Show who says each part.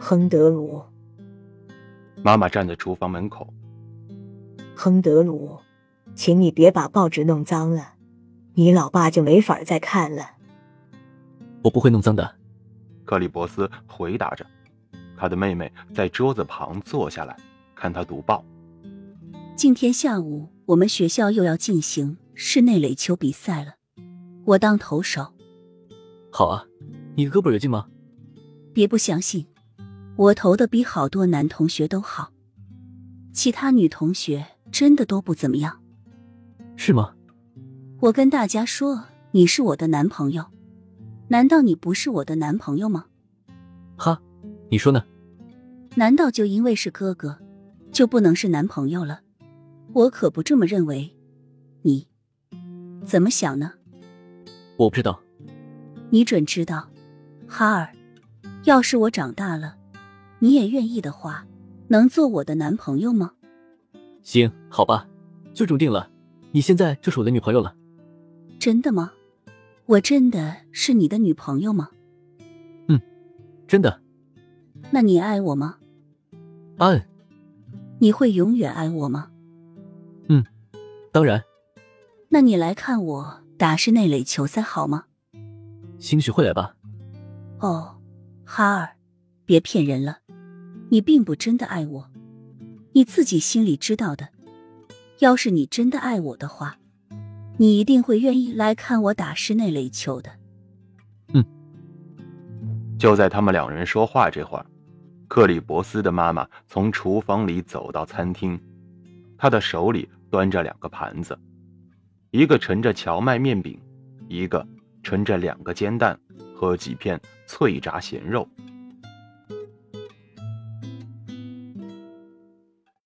Speaker 1: 亨德鲁，
Speaker 2: 妈妈站在厨房门口，
Speaker 1: 亨德鲁，请你别把报纸弄脏了，你老爸就没法再看了。
Speaker 3: 我不会弄脏的。
Speaker 2: 克里伯斯回答着。他的妹妹在桌子旁坐下来，看他读报。
Speaker 4: 今天下午我们学校又要进行室内垒球比赛了，我当投手。
Speaker 3: 好啊，你胳膊有劲吗？
Speaker 4: 别不相信，我投的比好多男同学都好，其他女同学真的都不怎么样。
Speaker 3: 是吗？
Speaker 4: 我跟大家说，你是我的男朋友，难道你不是我的男朋友吗？
Speaker 3: 哈，你说呢？
Speaker 4: 难道就因为是哥哥，就不能是男朋友了？我可不这么认为，你怎么想呢？
Speaker 3: 我不知道。
Speaker 4: 你准知道，哈尔。要是我长大了，你也愿意的话，能做我的男朋友吗？
Speaker 3: 行，好吧，就注定了。你现在就是我的女朋友了。
Speaker 4: 真的吗？我真的是你的女朋友吗？
Speaker 3: 嗯，真的。
Speaker 4: 那你爱我吗？
Speaker 3: 爱。
Speaker 4: 你会永远爱我吗？
Speaker 3: 嗯，当然。
Speaker 4: 那你来看我打室内垒球赛好吗？
Speaker 3: 兴许会来吧。
Speaker 4: 哦。哈尔，别骗人了，你并不真的爱我，你自己心里知道的。要是你真的爱我的话，你一定会愿意来看我打室内垒球的。
Speaker 3: 嗯。
Speaker 2: 就在他们两人说话这会儿，克里伯斯的妈妈从厨房里走到餐厅，她的手里端着两个盘子，一个盛着荞麦面饼，一个盛着两个煎蛋和几片。脆炸咸肉。